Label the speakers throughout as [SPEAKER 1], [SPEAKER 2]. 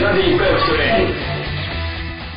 [SPEAKER 1] Nothing better today.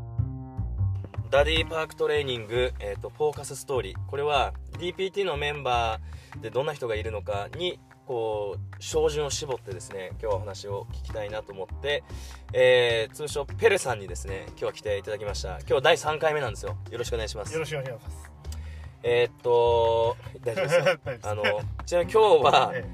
[SPEAKER 2] 「ダディパークトレーニング、えー、とフォーカスストーリー」これは DPT のメンバーでどんな人がいるのかにこう照準を絞ってですね今日はお話を聞きたいなと思って、えー通称ペルさんにですね今日は来ていただきました今日第3回目なんですよよろしくお願いします
[SPEAKER 3] よろしくお願いします。
[SPEAKER 2] えーっと大丈夫です
[SPEAKER 3] 大丈夫です
[SPEAKER 2] あのちなみに今日は
[SPEAKER 3] え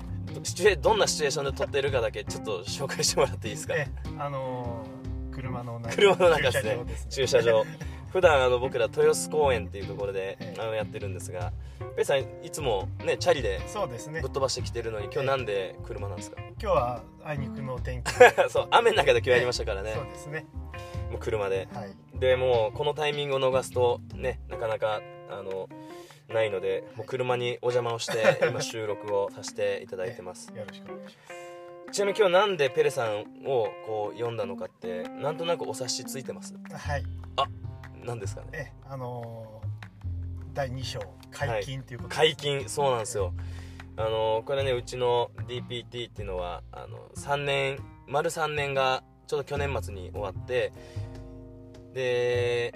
[SPEAKER 2] シチュエどんなシチュエーションで撮ってるかだけちょっと紹介してもらっていいですか
[SPEAKER 3] え、あのー車の中
[SPEAKER 2] 車の中ですね駐車。
[SPEAKER 3] 駐
[SPEAKER 2] 場普段あの僕ら豊洲公園っていうところで
[SPEAKER 3] ええ
[SPEAKER 2] あのやってるんですがペイさんいつもねチャリで
[SPEAKER 3] 車 そうですね
[SPEAKER 2] ぶっ。飛ばしてきてるのに今日なんで車なんですか
[SPEAKER 3] 今日はあいにくの天気。
[SPEAKER 2] そう雨の中で今日やりましたからね
[SPEAKER 3] そうですね。
[SPEAKER 2] もう車で
[SPEAKER 3] はい。
[SPEAKER 2] でもうこのタイミングを逃すとねなかなかあのないのでもう車にお邪魔を して今収録をさせていただいてます
[SPEAKER 3] えよろしくお願いします。
[SPEAKER 2] ちなみに今日なんでペレさんをこう読んだのかってなんとなくお察しついてます
[SPEAKER 3] はい。
[SPEAKER 2] 何ですかね
[SPEAKER 3] え、あのー第二章解禁ということで
[SPEAKER 2] 解禁そうなんですよあのこれねうちの DPT っていうのはあの3年丸3年がちょうど去年末に終わってで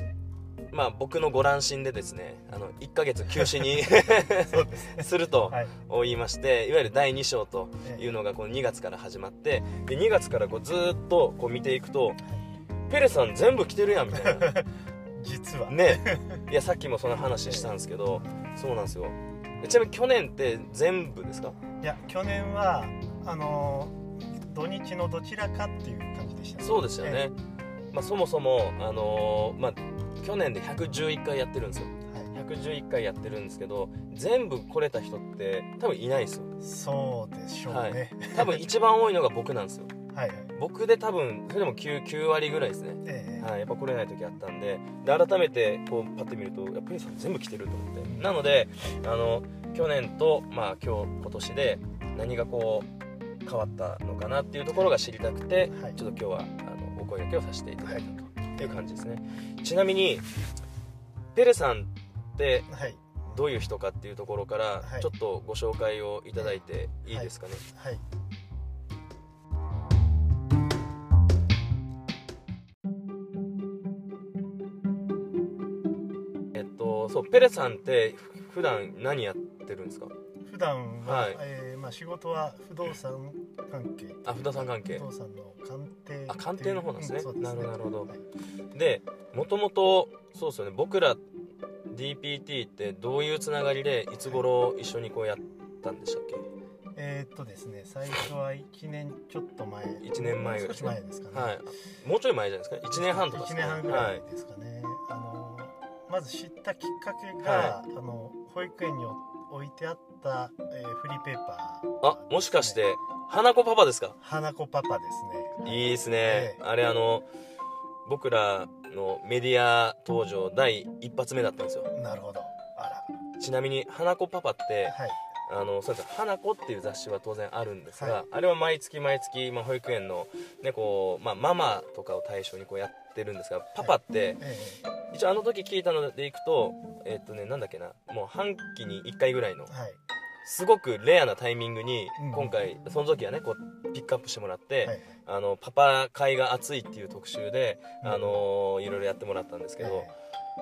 [SPEAKER 2] まあ僕のご乱心でですねあの1ヶ月休止に
[SPEAKER 3] そうですね。
[SPEAKER 2] すると
[SPEAKER 3] はい。
[SPEAKER 2] 言いましていわゆる第2章と
[SPEAKER 3] え
[SPEAKER 2] いうのがこの2月から始まってで2月からこうずーっとこう見ていくとペレさん全部着てるやんみたいな
[SPEAKER 3] 実は、
[SPEAKER 2] ねいやさっきもその話したんですけどそうなんですよちなみに去年って全部ですか
[SPEAKER 3] いや去年はあのー土日のどちらかっていう感じでした、
[SPEAKER 2] そうでしたよね、まあ、そもそも、あのーまあ、去年で111回やってるんですよ
[SPEAKER 3] は
[SPEAKER 2] 111回やってるんですけど全部来れた人って多分いないんですよ
[SPEAKER 3] い。そうでしょうね。
[SPEAKER 2] 多分一番多いのが僕なんですよ
[SPEAKER 3] はい。はい、
[SPEAKER 2] 僕で多分それでも 9, 9割ぐらいですね
[SPEAKER 3] ええ
[SPEAKER 2] はい、やっぱ来れない時あったんでで改めてこうパッて見るとやっぱりさん全部着てると思ってなのであの去年と、まあ、今日今年で何がこう変わったのかなっていうところが知りたくて、
[SPEAKER 3] はい
[SPEAKER 2] ちょっと今日はあのお声掛けをさせていただいたという感じですね、ちなみにペレさんって
[SPEAKER 3] はい。
[SPEAKER 2] どういう人かっていうところから
[SPEAKER 3] はい
[SPEAKER 2] ちょっとご紹介をいただいていいですかね、
[SPEAKER 3] はい。
[SPEAKER 2] えっとそうペレさんって普段何やってるんですか
[SPEAKER 3] 普段は、
[SPEAKER 2] はい
[SPEAKER 3] えーまあ、仕事は不動産関係
[SPEAKER 2] あ不動産関係
[SPEAKER 3] 不動産の鑑定
[SPEAKER 2] あ鑑定の方なんですね
[SPEAKER 3] うそう
[SPEAKER 2] なるほどなるほど
[SPEAKER 3] はい
[SPEAKER 2] でもともとそうですよね僕ら DPT ってどういうつながりでいつ頃一緒にこうやったんでしたっけ
[SPEAKER 3] えーっとですね最初は1年ちょっと前
[SPEAKER 2] 1年前ぐらいで
[SPEAKER 3] 少
[SPEAKER 2] す
[SPEAKER 3] し
[SPEAKER 2] ね
[SPEAKER 3] 前ですかね、
[SPEAKER 2] はいもうちょい前じゃないですか1年半とかです
[SPEAKER 3] 1
[SPEAKER 2] か
[SPEAKER 3] 年半ぐ
[SPEAKER 2] は
[SPEAKER 3] ら
[SPEAKER 2] い
[SPEAKER 3] いですかね、あのまず知ったきっかけが、
[SPEAKER 2] は
[SPEAKER 3] あの保育園に置いてあった、えーフリーペーパー、
[SPEAKER 2] あもしかして花子パパですか
[SPEAKER 3] 花子パパですね
[SPEAKER 2] いいですね
[SPEAKER 3] ええ
[SPEAKER 2] あれあの僕らのメディア登場第一発目だったんですよ
[SPEAKER 3] なるほどあら
[SPEAKER 2] ちなみに花子パパって
[SPEAKER 3] はい
[SPEAKER 2] あのそうです花子っていう雑誌は当然あるんですが、
[SPEAKER 3] はい
[SPEAKER 2] あれは毎月毎月、まあ、保育園の、ねこうまあ、ママとかを対象にこうやってるんですがパパって、
[SPEAKER 3] え
[SPEAKER 2] 一応あの時聞いたのでいくとえっとねなんだっけなもう半期に1回ぐらいの
[SPEAKER 3] えはい
[SPEAKER 2] すごくレアなタイミングに、
[SPEAKER 3] うん
[SPEAKER 2] 今回その時はねこうピックアップしてもらって、
[SPEAKER 3] はい
[SPEAKER 2] あのパパ会が熱いっていう特集で、
[SPEAKER 3] うん
[SPEAKER 2] あのいろいろやってもらったんですけど、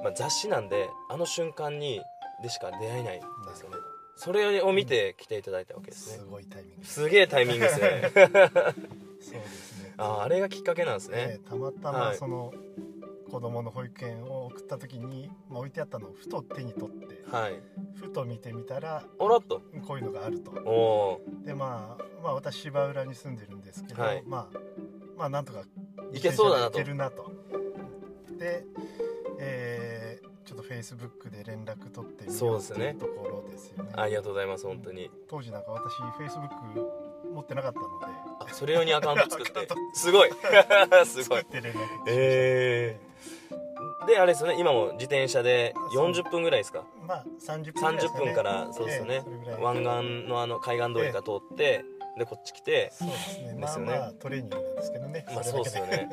[SPEAKER 3] え
[SPEAKER 2] まあ、雑誌なんであの瞬間にでしか出会えないん
[SPEAKER 3] え
[SPEAKER 2] ですよねそれを見て来ていただいたわけですね、
[SPEAKER 3] すごいタイミング
[SPEAKER 2] すげえタイミングですね
[SPEAKER 3] そうですね
[SPEAKER 2] あーあれがきっかけなんです
[SPEAKER 3] え
[SPEAKER 2] ね、
[SPEAKER 3] えたまた
[SPEAKER 2] は
[SPEAKER 3] ま
[SPEAKER 2] い
[SPEAKER 3] その子供の保育園を送った時に、まあ、置いてあったのをふと手に取って
[SPEAKER 2] はい
[SPEAKER 3] ふと見てみたら
[SPEAKER 2] おろっと
[SPEAKER 3] こういうのがあると
[SPEAKER 2] おお
[SPEAKER 3] でまあ、まあ、私芝浦に住んでるんですけど、
[SPEAKER 2] はい
[SPEAKER 3] まあまあなんとか
[SPEAKER 2] いけそうだなと
[SPEAKER 3] 自転車で行けるなとで、えーちょっとフェイスブックで連絡取ってみ
[SPEAKER 2] そう
[SPEAKER 3] よ
[SPEAKER 2] で
[SPEAKER 3] う
[SPEAKER 2] す
[SPEAKER 3] と
[SPEAKER 2] ね
[SPEAKER 3] いうところですよね
[SPEAKER 2] ーありがとうございます本当に
[SPEAKER 3] 当時なんか私フェイスブック持ってなかったので
[SPEAKER 2] あそれ用にアカウント作っ
[SPEAKER 3] ア
[SPEAKER 2] て
[SPEAKER 3] カウン
[SPEAKER 2] す ごいすご
[SPEAKER 3] 作っ
[SPEAKER 2] い
[SPEAKER 3] て連絡しました
[SPEAKER 2] えー、であれですよね今も自転車で40分ぐらいですか
[SPEAKER 3] まあ30分ぐらいですか
[SPEAKER 2] 30
[SPEAKER 3] ね
[SPEAKER 2] 分からそうですよ
[SPEAKER 3] ええ
[SPEAKER 2] ね
[SPEAKER 3] それぐらい
[SPEAKER 2] 湾岸のあの海岸通りが通ってでこっち来て
[SPEAKER 3] そうですね
[SPEAKER 2] ですよね
[SPEAKER 3] まあまあトレーニングなんですけどね、
[SPEAKER 2] まあそうで
[SPEAKER 3] れだ
[SPEAKER 2] す
[SPEAKER 3] け
[SPEAKER 2] よね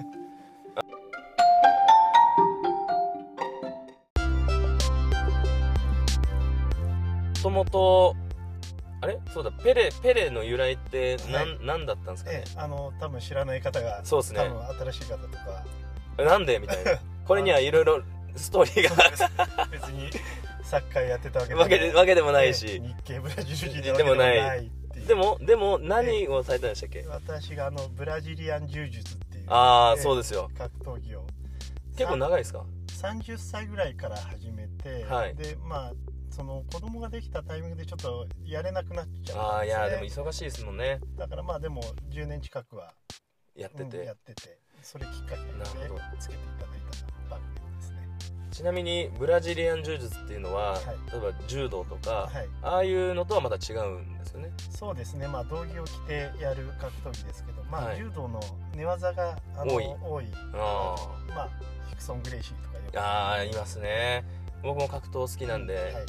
[SPEAKER 2] もともとあれそうだペレペレの由来って何,、
[SPEAKER 3] は
[SPEAKER 2] なんだったんですかね
[SPEAKER 3] ええあの多分知らない方が
[SPEAKER 2] そうですね
[SPEAKER 3] 多分新しい方とか
[SPEAKER 2] なんでみたい なこれにはいろいろストーリーが
[SPEAKER 3] 別にサッカーやってたわけ
[SPEAKER 2] あるわけでわけでもないし、
[SPEAKER 3] ええ日系ブラジル人
[SPEAKER 2] でもない
[SPEAKER 3] でもっていう
[SPEAKER 2] でもでも何をされたんでしたっけ、
[SPEAKER 3] 私があのブラジリアン柔術っていう
[SPEAKER 2] ああ、
[SPEAKER 3] ええ
[SPEAKER 2] そうですよ
[SPEAKER 3] 格闘技を
[SPEAKER 2] 結構長いですか
[SPEAKER 3] 30歳ぐらいから始めて、
[SPEAKER 2] はい
[SPEAKER 3] でまあその子供ができたタイミングでちょっとやれなくなっちゃったん
[SPEAKER 2] ああいやでも
[SPEAKER 3] ね
[SPEAKER 2] 忙しいですもんね
[SPEAKER 3] だからまあでも10年近くは
[SPEAKER 2] やってて、
[SPEAKER 3] うんやっててそれきっかけ
[SPEAKER 2] なる
[SPEAKER 3] で
[SPEAKER 2] ほど
[SPEAKER 3] つけていただいた番組ですね
[SPEAKER 2] ちなみにブラジリアン柔術っていうのは、
[SPEAKER 3] はい
[SPEAKER 2] 例えば柔道とか、
[SPEAKER 3] はい
[SPEAKER 2] ああいうのとはまた違うんですよね
[SPEAKER 3] そうですねまあ道着を着てやる格闘技ですけどまあ、
[SPEAKER 2] はい
[SPEAKER 3] 柔道の寝技があの
[SPEAKER 2] 多い
[SPEAKER 3] 多い
[SPEAKER 2] あ
[SPEAKER 3] まあヒクソン・グレイシーとかよ
[SPEAKER 2] ーあーいますね僕も格闘好きなんで、
[SPEAKER 3] はい
[SPEAKER 2] は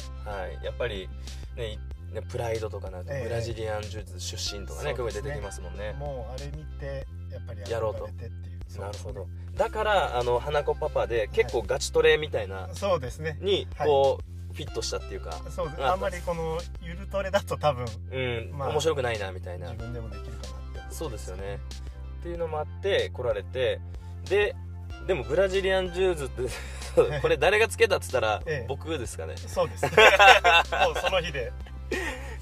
[SPEAKER 2] いやっぱりねいねプライドとかなんか
[SPEAKER 3] ええ
[SPEAKER 2] ブラジリアン柔術出身とかね、
[SPEAKER 3] そう
[SPEAKER 2] 結構
[SPEAKER 3] ですね
[SPEAKER 2] 出てきますもんね
[SPEAKER 3] もうあれ見てやっぱり
[SPEAKER 2] やろうと
[SPEAKER 3] 憧れてっていうそう
[SPEAKER 2] なる
[SPEAKER 3] です
[SPEAKER 2] ほ
[SPEAKER 3] ね
[SPEAKER 2] どだからあの花子パパで結構ガチトレみたいな
[SPEAKER 3] そうですね
[SPEAKER 2] に
[SPEAKER 3] はい
[SPEAKER 2] こう、フィットしたっていうか
[SPEAKER 3] そうです
[SPEAKER 2] あ
[SPEAKER 3] あんまりこのゆるトレだと多分
[SPEAKER 2] うん、
[SPEAKER 3] まあ
[SPEAKER 2] 面白くないなみたいな
[SPEAKER 3] 自分でもできるかなって
[SPEAKER 2] そうですよねっていうのもあって来られてででもブラジリアンジューズって そうこれ誰がつけたっつったら
[SPEAKER 3] ええ
[SPEAKER 2] 僕ですかね
[SPEAKER 3] そ うですもうその日で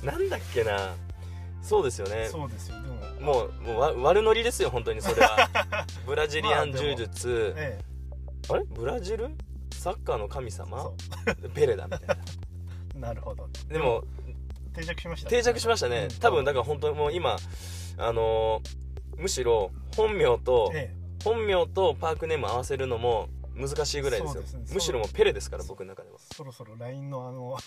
[SPEAKER 2] なんだっけなそうですよね
[SPEAKER 3] そうですよでも
[SPEAKER 2] もうもうわ悪ノリですよ本当にそれは ブラジリアン柔術、
[SPEAKER 3] ええ
[SPEAKER 2] あ、れブラジルサッカーの神様
[SPEAKER 3] そ
[SPEAKER 2] ペレだみたい な
[SPEAKER 3] うなるほど
[SPEAKER 2] でも
[SPEAKER 3] 定着しましたね
[SPEAKER 2] 定着しましたね
[SPEAKER 3] うん
[SPEAKER 2] 多分だから本当にもう今あのーむしろ本名と
[SPEAKER 3] え
[SPEAKER 2] 本名とパークネーム合わせるのも難しいぐらいです
[SPEAKER 3] そう
[SPEAKER 2] よ
[SPEAKER 3] ですね
[SPEAKER 2] むしろもうペレですから僕の中では
[SPEAKER 3] えそろそろ LINE の あの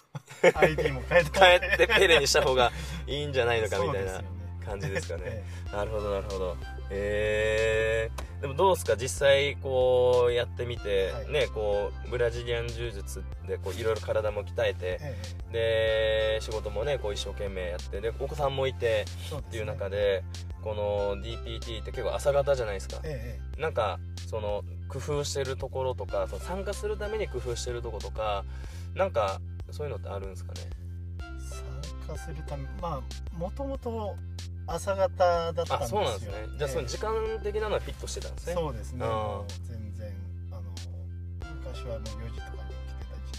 [SPEAKER 3] ID も変えた
[SPEAKER 2] 変えてペレにした方がいいんじゃないのかみたいな感じですかね、
[SPEAKER 3] え
[SPEAKER 2] なるほどなるほどえー、でもどうですか実際こうやってみて、
[SPEAKER 3] はい
[SPEAKER 2] ねこうブラジリアン柔術でこういろいろ体も鍛えて
[SPEAKER 3] ええ
[SPEAKER 2] で仕事もねこう一生懸命やってでお子さんもいて
[SPEAKER 3] えそうですね
[SPEAKER 2] っていう中でこの DPT って結構朝方じゃないですか
[SPEAKER 3] え
[SPEAKER 2] なんかその工夫してるところとかその参加するために工夫してるとことかなんかそういうのってあるんですかね
[SPEAKER 3] え参加するためまあもともと朝方だったんです
[SPEAKER 2] あ
[SPEAKER 3] よ
[SPEAKER 2] そうなんですねじゃあその
[SPEAKER 3] ええ
[SPEAKER 2] 時間的なのはフィットしてたんですね
[SPEAKER 3] そうですね
[SPEAKER 2] あー
[SPEAKER 3] もう全然あの昔はもう4時とかに起きてた時代があって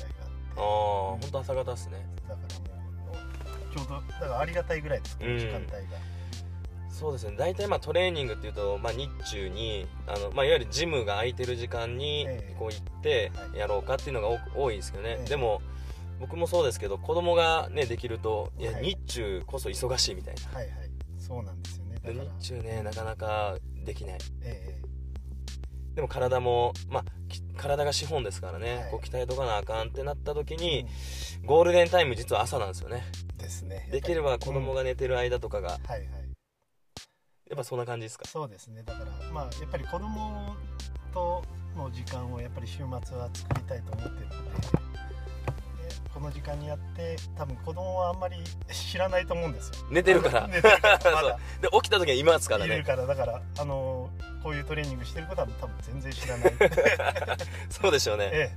[SPEAKER 2] ああ本当朝方ですね
[SPEAKER 3] だからもうちょうどだからありがたいぐらいですこ
[SPEAKER 2] う
[SPEAKER 3] の
[SPEAKER 2] ん
[SPEAKER 3] 時間帯が、
[SPEAKER 2] そうですね大体まあトレーニングっていうと、まあ、日中にあの、まあ、いわゆるジムが空いてる時間に
[SPEAKER 3] ええ
[SPEAKER 2] こう行って
[SPEAKER 3] はい
[SPEAKER 2] やろうかっていうのが多く多いですけどね、
[SPEAKER 3] ええ
[SPEAKER 2] でも僕もそうですけど子供がねできるといや
[SPEAKER 3] はい
[SPEAKER 2] 日中こそ忙しいみたいな
[SPEAKER 3] はいはいそうなんですよねだ
[SPEAKER 2] で
[SPEAKER 3] から
[SPEAKER 2] 日中ねなかなかできない
[SPEAKER 3] え
[SPEAKER 2] でも体も、まあ、き体が資本ですからね、
[SPEAKER 3] はい
[SPEAKER 2] こう鍛えとかなあかんってなった時
[SPEAKER 3] え
[SPEAKER 2] に、ゴールデンタイム実は朝なんですよね
[SPEAKER 3] うんですね
[SPEAKER 2] できれば子供
[SPEAKER 3] が、
[SPEAKER 2] が寝てる間とかが、
[SPEAKER 3] うんはいはい
[SPEAKER 2] やっぱそんな感じですか
[SPEAKER 3] そうですねだからまあやっぱり子供との時間をやっぱり週末は作りたいと思ってるのででこの時間にやって多分子供はあんまり知らないと思うんですよ
[SPEAKER 2] 寝てる から
[SPEAKER 3] 寝てるからまだ
[SPEAKER 2] そうで起きた時は今ですから
[SPEAKER 3] いる
[SPEAKER 2] ね
[SPEAKER 3] からだからあのこういうトレーニングしてることは多分全然知らない
[SPEAKER 2] そうでしょうね
[SPEAKER 3] え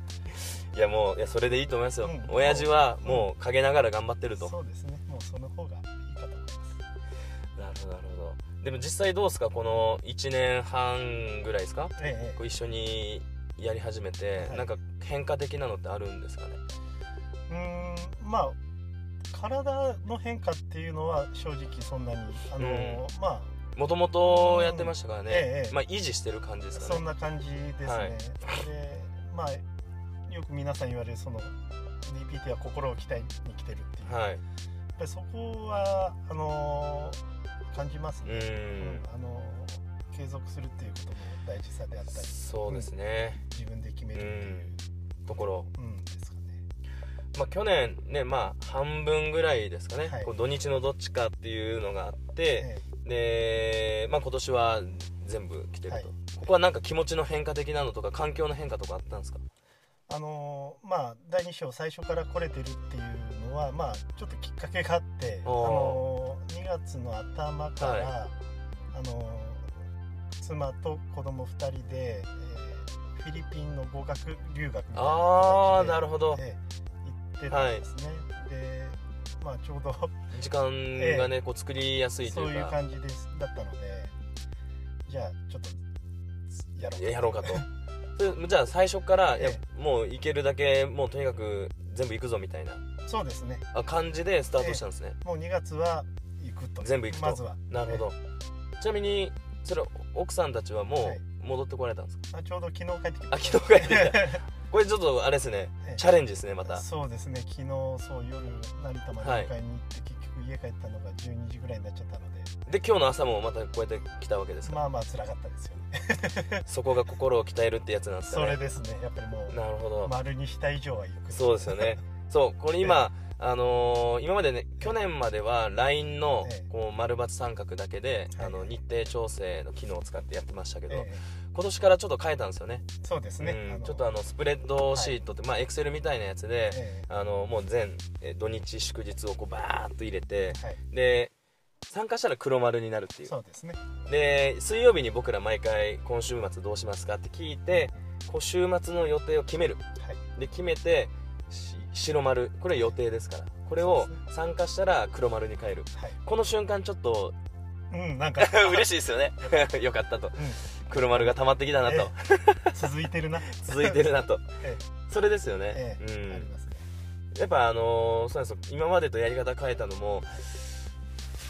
[SPEAKER 2] いやもういやそれでいいと思いますよ、
[SPEAKER 3] うん
[SPEAKER 2] 親父はもう陰ながら頑張ってる
[SPEAKER 3] え
[SPEAKER 2] と、
[SPEAKER 3] そうですねもうその方がいいかと思います
[SPEAKER 2] なるほどなるほどでも実際どうですかこの1年半ぐらいですか
[SPEAKER 3] え
[SPEAKER 2] こう一緒にやり始めて、
[SPEAKER 3] はい
[SPEAKER 2] なんか変化的なのってあるんですかね
[SPEAKER 3] えうーんまあ体の変化っていうのは正直そんなにあの、
[SPEAKER 2] うん
[SPEAKER 3] まあ
[SPEAKER 2] もともとやってましたからね、
[SPEAKER 3] うんええ
[SPEAKER 2] まあ維持してる感じですか
[SPEAKER 3] そん
[SPEAKER 2] ね
[SPEAKER 3] な感じですね、
[SPEAKER 2] はい
[SPEAKER 3] でまあよく皆さん言われるその DPT は心を鍛えに来てるっていう、やっ
[SPEAKER 2] はい
[SPEAKER 3] ぱりそこはあの感じます
[SPEAKER 2] う
[SPEAKER 3] ね、うん
[SPEAKER 2] ん
[SPEAKER 3] あの継続するっていうことの大事さであったり
[SPEAKER 2] そうですね
[SPEAKER 3] 自分で決め
[SPEAKER 2] う
[SPEAKER 3] るっていうん
[SPEAKER 2] ところ、
[SPEAKER 3] うんですかね
[SPEAKER 2] まあ、去年ねまあ半分ぐらいですかね、
[SPEAKER 3] はい
[SPEAKER 2] こう土日のどっちかっていうのがあって、
[SPEAKER 3] え
[SPEAKER 2] で、まあ、今年は全部来てると、
[SPEAKER 3] はい
[SPEAKER 2] ここはなんか気持ちの変化的なのとか環境の変化とかあったんですか
[SPEAKER 3] えあのまあ第2章最初から来れてるっていうのはまあちょっときっかけがあってあ
[SPEAKER 2] おー
[SPEAKER 3] の2月の頭から、
[SPEAKER 2] は
[SPEAKER 3] あの妻と子供2人で、えーフィリピンの語学留学みたいな
[SPEAKER 2] あーなるほど
[SPEAKER 3] ええ行ってたんですね、でまあちょうど
[SPEAKER 2] 時間がね、こう作りやすいと
[SPEAKER 3] そう
[SPEAKER 2] いう
[SPEAKER 3] い
[SPEAKER 2] か
[SPEAKER 3] う感じですだったのでじゃあちょっと やろう
[SPEAKER 2] いややろうかとでじゃあ最初から、いや
[SPEAKER 3] え
[SPEAKER 2] もう行けるだけもうとにかく全部行くぞみたいな
[SPEAKER 3] そうですね
[SPEAKER 2] あ感じでスタートしたんですね、
[SPEAKER 3] もう2月は行くと
[SPEAKER 2] 全部行くと
[SPEAKER 3] まずは
[SPEAKER 2] なるほど、ちなみにそれ奥さんたちはも
[SPEAKER 3] はいう
[SPEAKER 2] 戻ってこられたんですか、
[SPEAKER 3] あちょうど昨日帰ってき
[SPEAKER 2] あ
[SPEAKER 3] ました
[SPEAKER 2] 昨日帰ってき たこれちょっとあれですね
[SPEAKER 3] え え
[SPEAKER 2] チャレンジですねまた
[SPEAKER 3] そうですね昨日そう夜成田まで迎えに行って、結局家帰ったのが12時ぐらいになっちゃったので
[SPEAKER 2] で今日の朝もまたこうやって来たわけですか、
[SPEAKER 3] まあまあ辛かったですよね
[SPEAKER 2] そこが心を鍛えるってやつなんです
[SPEAKER 3] そ
[SPEAKER 2] か
[SPEAKER 3] れ
[SPEAKER 2] ね
[SPEAKER 3] ですねやっぱりもう
[SPEAKER 2] なるほど、
[SPEAKER 3] 丸にした以上は行く
[SPEAKER 2] そうですよ ねそうこれ今、あのー今までね去年までは LINE の
[SPEAKER 3] ええ
[SPEAKER 2] こう丸×三角だけで、
[SPEAKER 3] はい
[SPEAKER 2] あの日程調整の機能を使ってやってましたけど、
[SPEAKER 3] ええ
[SPEAKER 2] 今年からちょっと変えたんですよね
[SPEAKER 3] そうですね、
[SPEAKER 2] うん
[SPEAKER 3] の
[SPEAKER 2] ちょっとあのスプレッドシートって、まあエクセルみたいなやつで、
[SPEAKER 3] え
[SPEAKER 2] あのもう全えー土日祝日をこうバーッと入れて
[SPEAKER 3] えはい
[SPEAKER 2] で参加したら黒丸になるっていう
[SPEAKER 3] そうですね
[SPEAKER 2] で水曜日に僕ら毎回今週末どうしますかって聞いてこう週末の予定を決める
[SPEAKER 3] はい
[SPEAKER 2] で決めてし白丸これ予定ですからこれを
[SPEAKER 3] そうで
[SPEAKER 2] 参加したら黒丸に変えるこの瞬間ちょっ と
[SPEAKER 3] はいうんなんか
[SPEAKER 2] 嬉しいですよね よかったと
[SPEAKER 3] う
[SPEAKER 2] 黒丸が溜まってきたなと
[SPEAKER 3] ん続いてるな
[SPEAKER 2] 続いてるなと
[SPEAKER 3] え
[SPEAKER 2] それですよ
[SPEAKER 3] ええ
[SPEAKER 2] ね
[SPEAKER 3] えあ
[SPEAKER 2] う
[SPEAKER 3] り
[SPEAKER 2] ん
[SPEAKER 3] ますね
[SPEAKER 2] やっぱあのーそうなんですよ今までとやり方変えたのも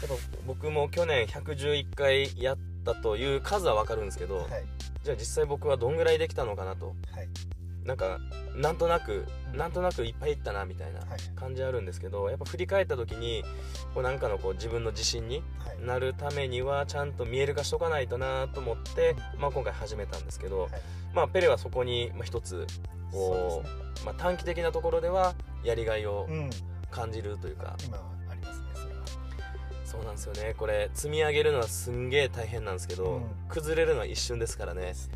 [SPEAKER 2] やっぱ僕も去年111回やったという数は分かるんですけど、
[SPEAKER 3] はい
[SPEAKER 2] じゃあ実際僕はどんぐらいできたのかなと
[SPEAKER 3] はい
[SPEAKER 2] なんかなんとなく
[SPEAKER 3] うん
[SPEAKER 2] なんとなくいっぱいいったなみたいな
[SPEAKER 3] はい
[SPEAKER 2] 感じあるんですけどやっぱ振り返った時にこうなんかのこう自分の自信に
[SPEAKER 3] はい
[SPEAKER 2] なるためにはちゃんと見える化しとかないとなと思って、まあ、今回始めたんですけど、
[SPEAKER 3] はい
[SPEAKER 2] まあ、ペレはそこにまあ一つ
[SPEAKER 3] そ
[SPEAKER 2] こ
[SPEAKER 3] うですね
[SPEAKER 2] うまあ、短期的なところではやりがいを
[SPEAKER 3] うん
[SPEAKER 2] 感じるというか、
[SPEAKER 3] 今はありますねそれは
[SPEAKER 2] そうなんですよねこれ積み上げるのはすんげえ大変なんですけど、
[SPEAKER 3] うん
[SPEAKER 2] 崩れるのは一瞬ですからね
[SPEAKER 3] ですね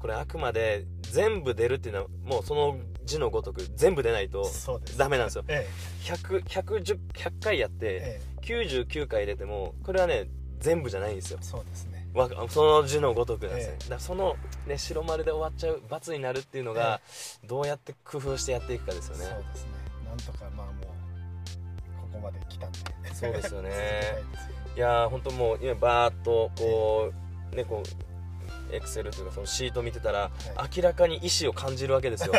[SPEAKER 2] これあくまで全部出るっていうのはもうその字のごとく全部出ないと
[SPEAKER 3] そうです
[SPEAKER 2] ダメなんですよ
[SPEAKER 3] え
[SPEAKER 2] 100 110 100回やっ
[SPEAKER 3] え
[SPEAKER 2] て
[SPEAKER 3] え
[SPEAKER 2] 99回出てもこれはね全部じゃないんですよ
[SPEAKER 3] えそうですね
[SPEAKER 2] わその字のごとくなんですね、
[SPEAKER 3] ええ
[SPEAKER 2] だからその、ね、白丸で終わっちゃう罰になるっていうのが、どうやって工夫してやっていくかですよね
[SPEAKER 3] そうですねなんとかまあもうここまで来たんで
[SPEAKER 2] そうですよね
[SPEAKER 3] 続けたいですよ
[SPEAKER 2] いやー本当もう今バーッとこうねこうエクセルというかそのシート見てたら、
[SPEAKER 3] は
[SPEAKER 2] 明らかに意思を感じるわけ ですよ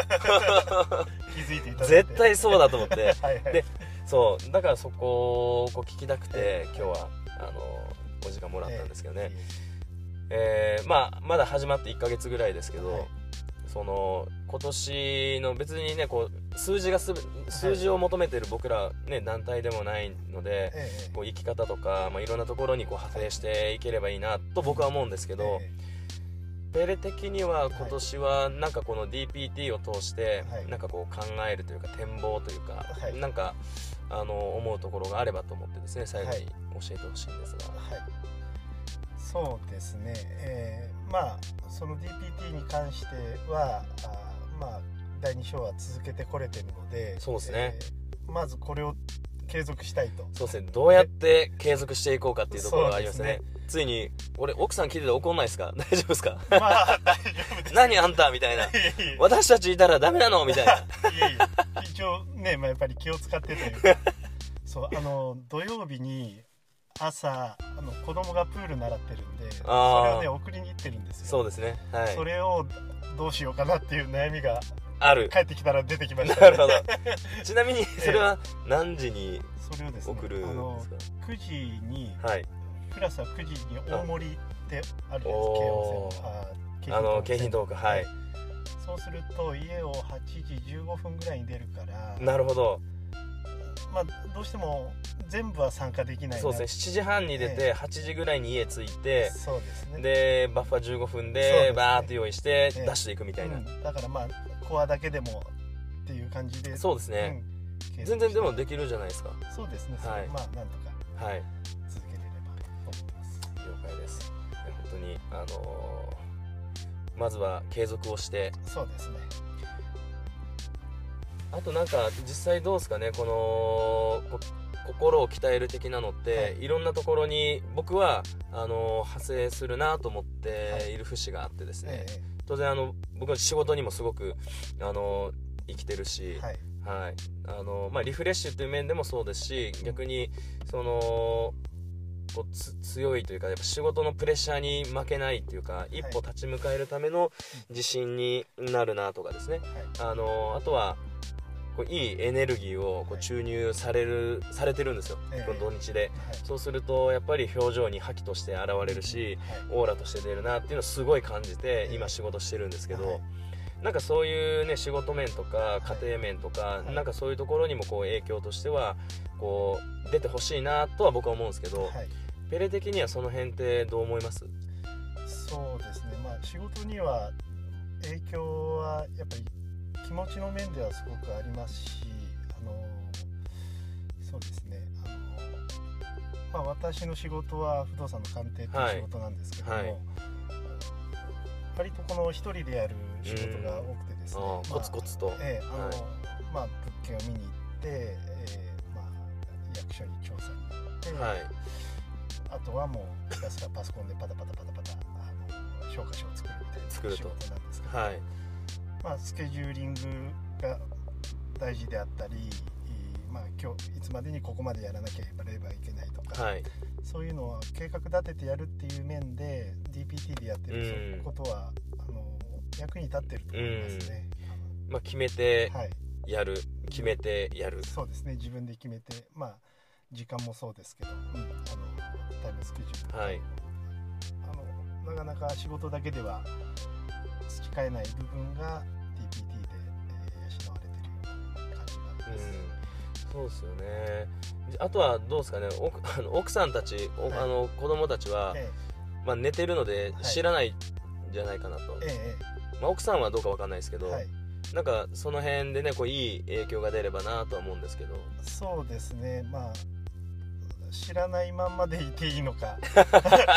[SPEAKER 3] 気づいていただいて
[SPEAKER 2] 絶対そうだと思って
[SPEAKER 3] はいはい
[SPEAKER 2] でそうだからそこをこう聞きたくて今日はあのお時間もらったんですけどね、えーまあまだ始まって1ヶ月ぐらいですけど、
[SPEAKER 3] はい
[SPEAKER 2] その今年の別にねこう数字がすべ数字を求めてる僕ら、ね、団体でもないので、
[SPEAKER 3] ええ
[SPEAKER 2] こう生き方とか、まあ、いろんなところにこう派生していければいいなと僕は思うんですけど、
[SPEAKER 3] え
[SPEAKER 2] ペレ的には今年はなんかこの DPT を通して
[SPEAKER 3] はい
[SPEAKER 2] なんかこう考えるというか展望というか
[SPEAKER 3] はい
[SPEAKER 2] なんかあの思うところがあればと思ってですね最後に教えてほしいんですが
[SPEAKER 3] えはいそうですねええまあその DPT に関してはあまあ第2章は続けてこれてるので
[SPEAKER 2] そうですね
[SPEAKER 3] ええまずこれを継続した いと
[SPEAKER 2] そうですねどうやって継続していこうかっていうところがありますね
[SPEAKER 3] そ
[SPEAKER 2] ついに俺奥さん聞いてて怒んないですか 大丈夫ですか
[SPEAKER 3] まあ大丈夫です
[SPEAKER 2] 何あんたみたいない
[SPEAKER 3] えい え
[SPEAKER 2] 私たちいたらダメなのみたいな
[SPEAKER 3] いやいや一応ね、まあ、やっぱり気を使ってという かそうあの土曜日に朝あの子供がプール習ってるんでそれ
[SPEAKER 2] あー
[SPEAKER 3] をね送りに行ってるんですよ
[SPEAKER 2] そうですねはい
[SPEAKER 3] それをどうしようかなっていう悩みが
[SPEAKER 2] あ る
[SPEAKER 3] 帰ってきたら出てきました
[SPEAKER 2] なるほどちなみにそれは何時に
[SPEAKER 3] それをですね
[SPEAKER 2] 送る
[SPEAKER 3] あ
[SPEAKER 2] んで
[SPEAKER 3] の
[SPEAKER 2] すか
[SPEAKER 3] 9時に
[SPEAKER 2] はい
[SPEAKER 3] クラスは9時に大盛りってあるじゃないですか
[SPEAKER 2] おー
[SPEAKER 3] 京王線
[SPEAKER 2] あの
[SPEAKER 3] 京
[SPEAKER 2] 景
[SPEAKER 3] 浜
[SPEAKER 2] 品トークはい
[SPEAKER 3] そうすると家を8時15分ぐらいに出るから
[SPEAKER 2] なるほど
[SPEAKER 3] まあ、どうしても全部は参加できないな
[SPEAKER 2] そうですね7時半に出
[SPEAKER 3] え
[SPEAKER 2] て8時ぐらいに家着いて
[SPEAKER 3] そうですね
[SPEAKER 2] でバッファ15分
[SPEAKER 3] そうです
[SPEAKER 2] で
[SPEAKER 3] ね
[SPEAKER 2] バーッと用意して
[SPEAKER 3] ええ
[SPEAKER 2] 出していくみたいな
[SPEAKER 3] うんだからまあコアだけでもっていう感じで
[SPEAKER 2] そうですね
[SPEAKER 3] うん
[SPEAKER 2] 全然でもできるじゃないですか
[SPEAKER 3] そうですね、
[SPEAKER 2] はい
[SPEAKER 3] まあなんとか
[SPEAKER 2] はい
[SPEAKER 3] 続けれればと思います
[SPEAKER 2] 了解ですいや本当にあのーまずは継続をして
[SPEAKER 3] そうですね
[SPEAKER 2] あとなんか実際どうですかねこのこ心を鍛える的なのって、、
[SPEAKER 3] はい
[SPEAKER 2] ろんなところに僕はあの派生するなと思っ
[SPEAKER 3] は
[SPEAKER 2] て
[SPEAKER 3] い
[SPEAKER 2] いる節があってですね、
[SPEAKER 3] え
[SPEAKER 2] 当然あの僕の仕事にもすごくあの生きてるし、
[SPEAKER 3] えはい
[SPEAKER 2] はいあのまあ、リフレッシュという面でもそうですし逆にそのこうつ強いというかやっぱ仕事のプレッシャーに負けないというか一歩立ち向かえるための自信になるなとかですね、あのあとはこういいエネルギーをこ
[SPEAKER 3] は
[SPEAKER 2] う
[SPEAKER 3] い
[SPEAKER 2] 注入される、されてるんですよ、
[SPEAKER 3] ええ
[SPEAKER 2] この土日で
[SPEAKER 3] はい
[SPEAKER 2] そうするとやっぱり表情に覇気として現れるし、
[SPEAKER 3] はい
[SPEAKER 2] オーラとして出るなっていうのをすごい感じて
[SPEAKER 3] ええ
[SPEAKER 2] 今仕事してるんですけど、
[SPEAKER 3] はい
[SPEAKER 2] なんかそういうね仕事面とか
[SPEAKER 3] い
[SPEAKER 2] 家庭面とか、
[SPEAKER 3] はい
[SPEAKER 2] なんかそういうところにもこう影響としてはこう出てほしいなとは僕は思うんですけど、
[SPEAKER 3] はい
[SPEAKER 2] ペレ的にはその辺ってどう思います
[SPEAKER 3] そうですねまあ仕事には影響はやっぱり気持ちの面ではすごくありますしあのそうですねあの、まあ、私の仕事は不動産の鑑定という仕事なんですけども、
[SPEAKER 2] はいはい
[SPEAKER 3] 割とこの一人でやる仕事が多くてです
[SPEAKER 2] ああ
[SPEAKER 3] ね、まあ
[SPEAKER 2] コツコツと、
[SPEAKER 3] ええあの
[SPEAKER 2] はい
[SPEAKER 3] まあ、物件を見に行って、ええまあ、役所に調査に行って、
[SPEAKER 2] はい
[SPEAKER 3] あとはもうひたすらパソコンでパタパタパタパタあの評価書を作るみたいな仕
[SPEAKER 2] 作ると
[SPEAKER 3] 事なんですけど、
[SPEAKER 2] はい
[SPEAKER 3] まあ、スケジューリングが大事であったり、まあ、今日いつまでにここまでやらなければいけないとか、
[SPEAKER 2] はい
[SPEAKER 3] そういうのは計画立ててやるっていう面で DPT でやってるそういうことは、あの役に立ってると思いますね。
[SPEAKER 2] まあ決めて
[SPEAKER 3] あのはい
[SPEAKER 2] やる、決めてやる
[SPEAKER 3] そうですね自分で決めてまあ時間もそうですけど、うん、あのタイムスケジュール
[SPEAKER 2] はい
[SPEAKER 3] あのなかなか仕事だけでは培えない部分が DPT で、えー養われてるような感じがあ
[SPEAKER 2] う
[SPEAKER 3] ります、
[SPEAKER 2] んそうですよねあとはどうですかね奥あの奥さんたち、お
[SPEAKER 3] はい
[SPEAKER 2] あの子供たちは、
[SPEAKER 3] え
[SPEAKER 2] まあ、寝てるので
[SPEAKER 3] はい
[SPEAKER 2] 知らないんじゃないかなと、
[SPEAKER 3] ええ
[SPEAKER 2] まあ、奥さんはどうかわかんないですけ
[SPEAKER 3] え
[SPEAKER 2] ど、
[SPEAKER 3] はい
[SPEAKER 2] なんかその辺でねこういい影響が出ればなとは思うんですけど
[SPEAKER 3] そうですねまあ知らないまんまでいていい のか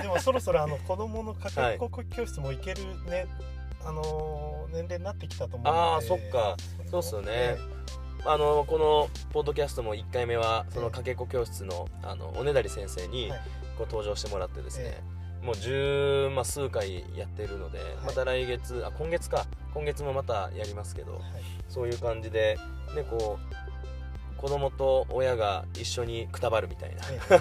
[SPEAKER 3] でもそろそろあの子供の家庭広告教室も行けるね、あのー年齢になってきたと思うので
[SPEAKER 2] ああそっかそうっすよねあのこのポッドキャストも1回目はそのかけっこ教室のあのおねだり先生に
[SPEAKER 3] はい
[SPEAKER 2] こう登場してもらってですね
[SPEAKER 3] え、
[SPEAKER 2] もう十、まあ、数回やってるので、また来月あ今月か今月もまたやりますけど
[SPEAKER 3] はい
[SPEAKER 2] そういう感じでねこう子供と親が一緒にくたばるみたいな、
[SPEAKER 3] え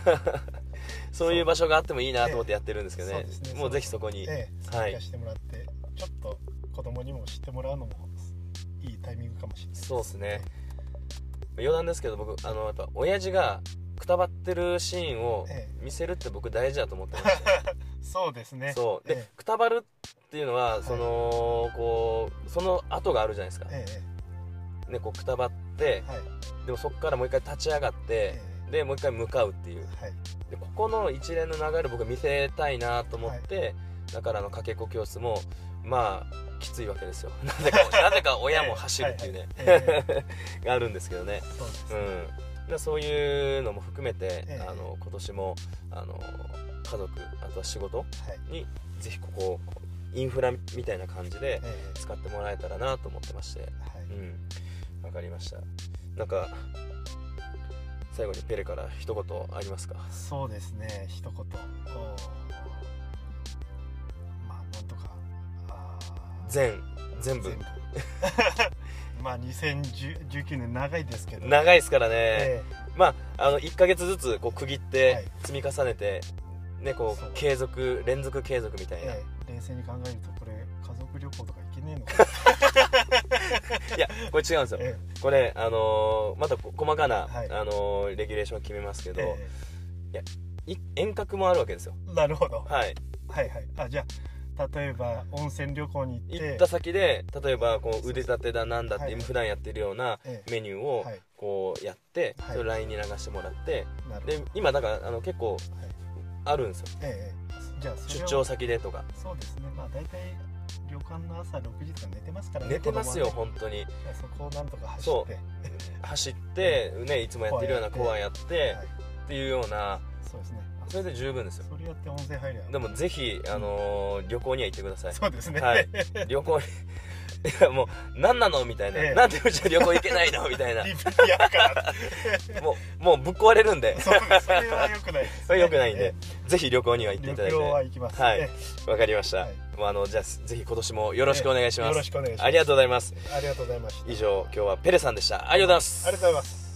[SPEAKER 2] そういう場所があってもいいなと思ってやってるんですけど
[SPEAKER 3] え
[SPEAKER 2] ね
[SPEAKER 3] えそうですね
[SPEAKER 2] もうぜひそこに、
[SPEAKER 3] ええ
[SPEAKER 2] は
[SPEAKER 3] 参
[SPEAKER 2] い
[SPEAKER 3] 加してもらって、ちょっと子供にも知ってもらうのもいいタイミングかもしれない
[SPEAKER 2] そうですね余談ですけど僕あのやっぱ親父がくたばってるシーンを
[SPEAKER 3] え
[SPEAKER 2] 見せるって僕大事だと思ってまし
[SPEAKER 3] そうですね
[SPEAKER 2] た そうで、
[SPEAKER 3] え
[SPEAKER 2] くたばるっていうのは、
[SPEAKER 3] い
[SPEAKER 2] そのこうその後があるじゃないですか、
[SPEAKER 3] え
[SPEAKER 2] ね、こうくたばって
[SPEAKER 3] えはい
[SPEAKER 2] でもそこからもう一回立ち上がって
[SPEAKER 3] え、え
[SPEAKER 2] でもう一回向かうっていう
[SPEAKER 3] はい
[SPEAKER 2] でここの一連の流れを僕見せたいなと思って、だからあのかけっこ教室もまあきついわけですよ なぜかなぜか親も走るっていうね、
[SPEAKER 3] ええはいはい
[SPEAKER 2] があるんですけど ね
[SPEAKER 3] そうです
[SPEAKER 2] う
[SPEAKER 3] ね、
[SPEAKER 2] ん、でそういうのも含めて、
[SPEAKER 3] ええ
[SPEAKER 2] あの今年もあの家族あとは仕事
[SPEAKER 3] はい
[SPEAKER 2] にぜひここをインフラみたいな感じで
[SPEAKER 3] ええ
[SPEAKER 2] 使ってもらえたらなと思ってまして
[SPEAKER 3] はい
[SPEAKER 2] うんわかりましたなんか最後にペレから一言ありますか
[SPEAKER 3] そうですね一言おーまあなんとかあー
[SPEAKER 2] 全全部
[SPEAKER 3] まあ2019年長いですけど
[SPEAKER 2] 長いですからね、
[SPEAKER 3] え
[SPEAKER 2] まああの1ヶ月ずつこう区切っ
[SPEAKER 3] は
[SPEAKER 2] て
[SPEAKER 3] い
[SPEAKER 2] 積み重ねて、ねこ
[SPEAKER 3] そう
[SPEAKER 2] う継続連続継続みた
[SPEAKER 3] え
[SPEAKER 2] いな、
[SPEAKER 3] ええ冷静に考えるとこれ家族旅行とか行けねえのかな
[SPEAKER 2] いやこれ違うんですよ
[SPEAKER 3] え
[SPEAKER 2] これあのーまたこ細かな、
[SPEAKER 3] はい
[SPEAKER 2] あのーレギュレーションを決めますけ
[SPEAKER 3] え
[SPEAKER 2] ど、
[SPEAKER 3] え
[SPEAKER 2] い遠隔もあるわけですよ
[SPEAKER 3] えなるほど
[SPEAKER 2] はい
[SPEAKER 3] はいはいあじゃあ例えば温泉旅行に行って
[SPEAKER 2] 行った先で例えばこう腕立てだなんだって、
[SPEAKER 3] はいはい
[SPEAKER 2] 普段やってるような
[SPEAKER 3] ええ
[SPEAKER 2] メニューを
[SPEAKER 3] はい
[SPEAKER 2] こうやって、
[SPEAKER 3] はい
[SPEAKER 2] それを LINE に流してもらって
[SPEAKER 3] なるほど、
[SPEAKER 2] で今だからあの結構
[SPEAKER 3] はい
[SPEAKER 2] あるんですよ
[SPEAKER 3] ええええじゃあそ
[SPEAKER 2] 出
[SPEAKER 3] れ
[SPEAKER 2] 張
[SPEAKER 3] を
[SPEAKER 2] 先でとか
[SPEAKER 3] そうですねまあ大体旅館の朝6時とか寝てますからね
[SPEAKER 2] 寝てますよ
[SPEAKER 3] 子供は
[SPEAKER 2] 本当に
[SPEAKER 3] ねいやそこをなんとか走
[SPEAKER 2] そ
[SPEAKER 3] っ
[SPEAKER 2] う
[SPEAKER 3] て
[SPEAKER 2] 走って、ね、いつもやってるようなコ
[SPEAKER 3] コ
[SPEAKER 2] ア
[SPEAKER 3] ア
[SPEAKER 2] やって
[SPEAKER 3] はい、
[SPEAKER 2] っていうような
[SPEAKER 3] そうですねあ
[SPEAKER 2] それで十分ですよ
[SPEAKER 3] それやって温泉入りゃ
[SPEAKER 2] でもぜひ、あのー旅行には行ってください
[SPEAKER 3] そうですね、
[SPEAKER 2] はい旅行に いやもう何なのみたいな、
[SPEAKER 3] ええ
[SPEAKER 2] なんでうちは旅行行けないのみたい な
[SPEAKER 3] リプティアから
[SPEAKER 2] もうもうぶっ壊れるんで
[SPEAKER 3] そうですそれは良くないです、ね、
[SPEAKER 2] それ良くないんで
[SPEAKER 3] え、
[SPEAKER 2] ぜひ旅行には行って
[SPEAKER 3] え
[SPEAKER 2] いただい
[SPEAKER 3] 旅
[SPEAKER 2] て
[SPEAKER 3] 行は行きます、
[SPEAKER 2] はい
[SPEAKER 3] え
[SPEAKER 2] わかりました、
[SPEAKER 3] はい
[SPEAKER 2] もうあのじゃあぜひ今年もよろしくお願いし
[SPEAKER 3] え
[SPEAKER 2] ま
[SPEAKER 3] よ
[SPEAKER 2] す、
[SPEAKER 3] ろしくお願いします
[SPEAKER 2] ありがとうございます
[SPEAKER 3] ありがとうございました
[SPEAKER 2] 以上今日はペレさんでしたありがとうございます
[SPEAKER 3] ありがとうございます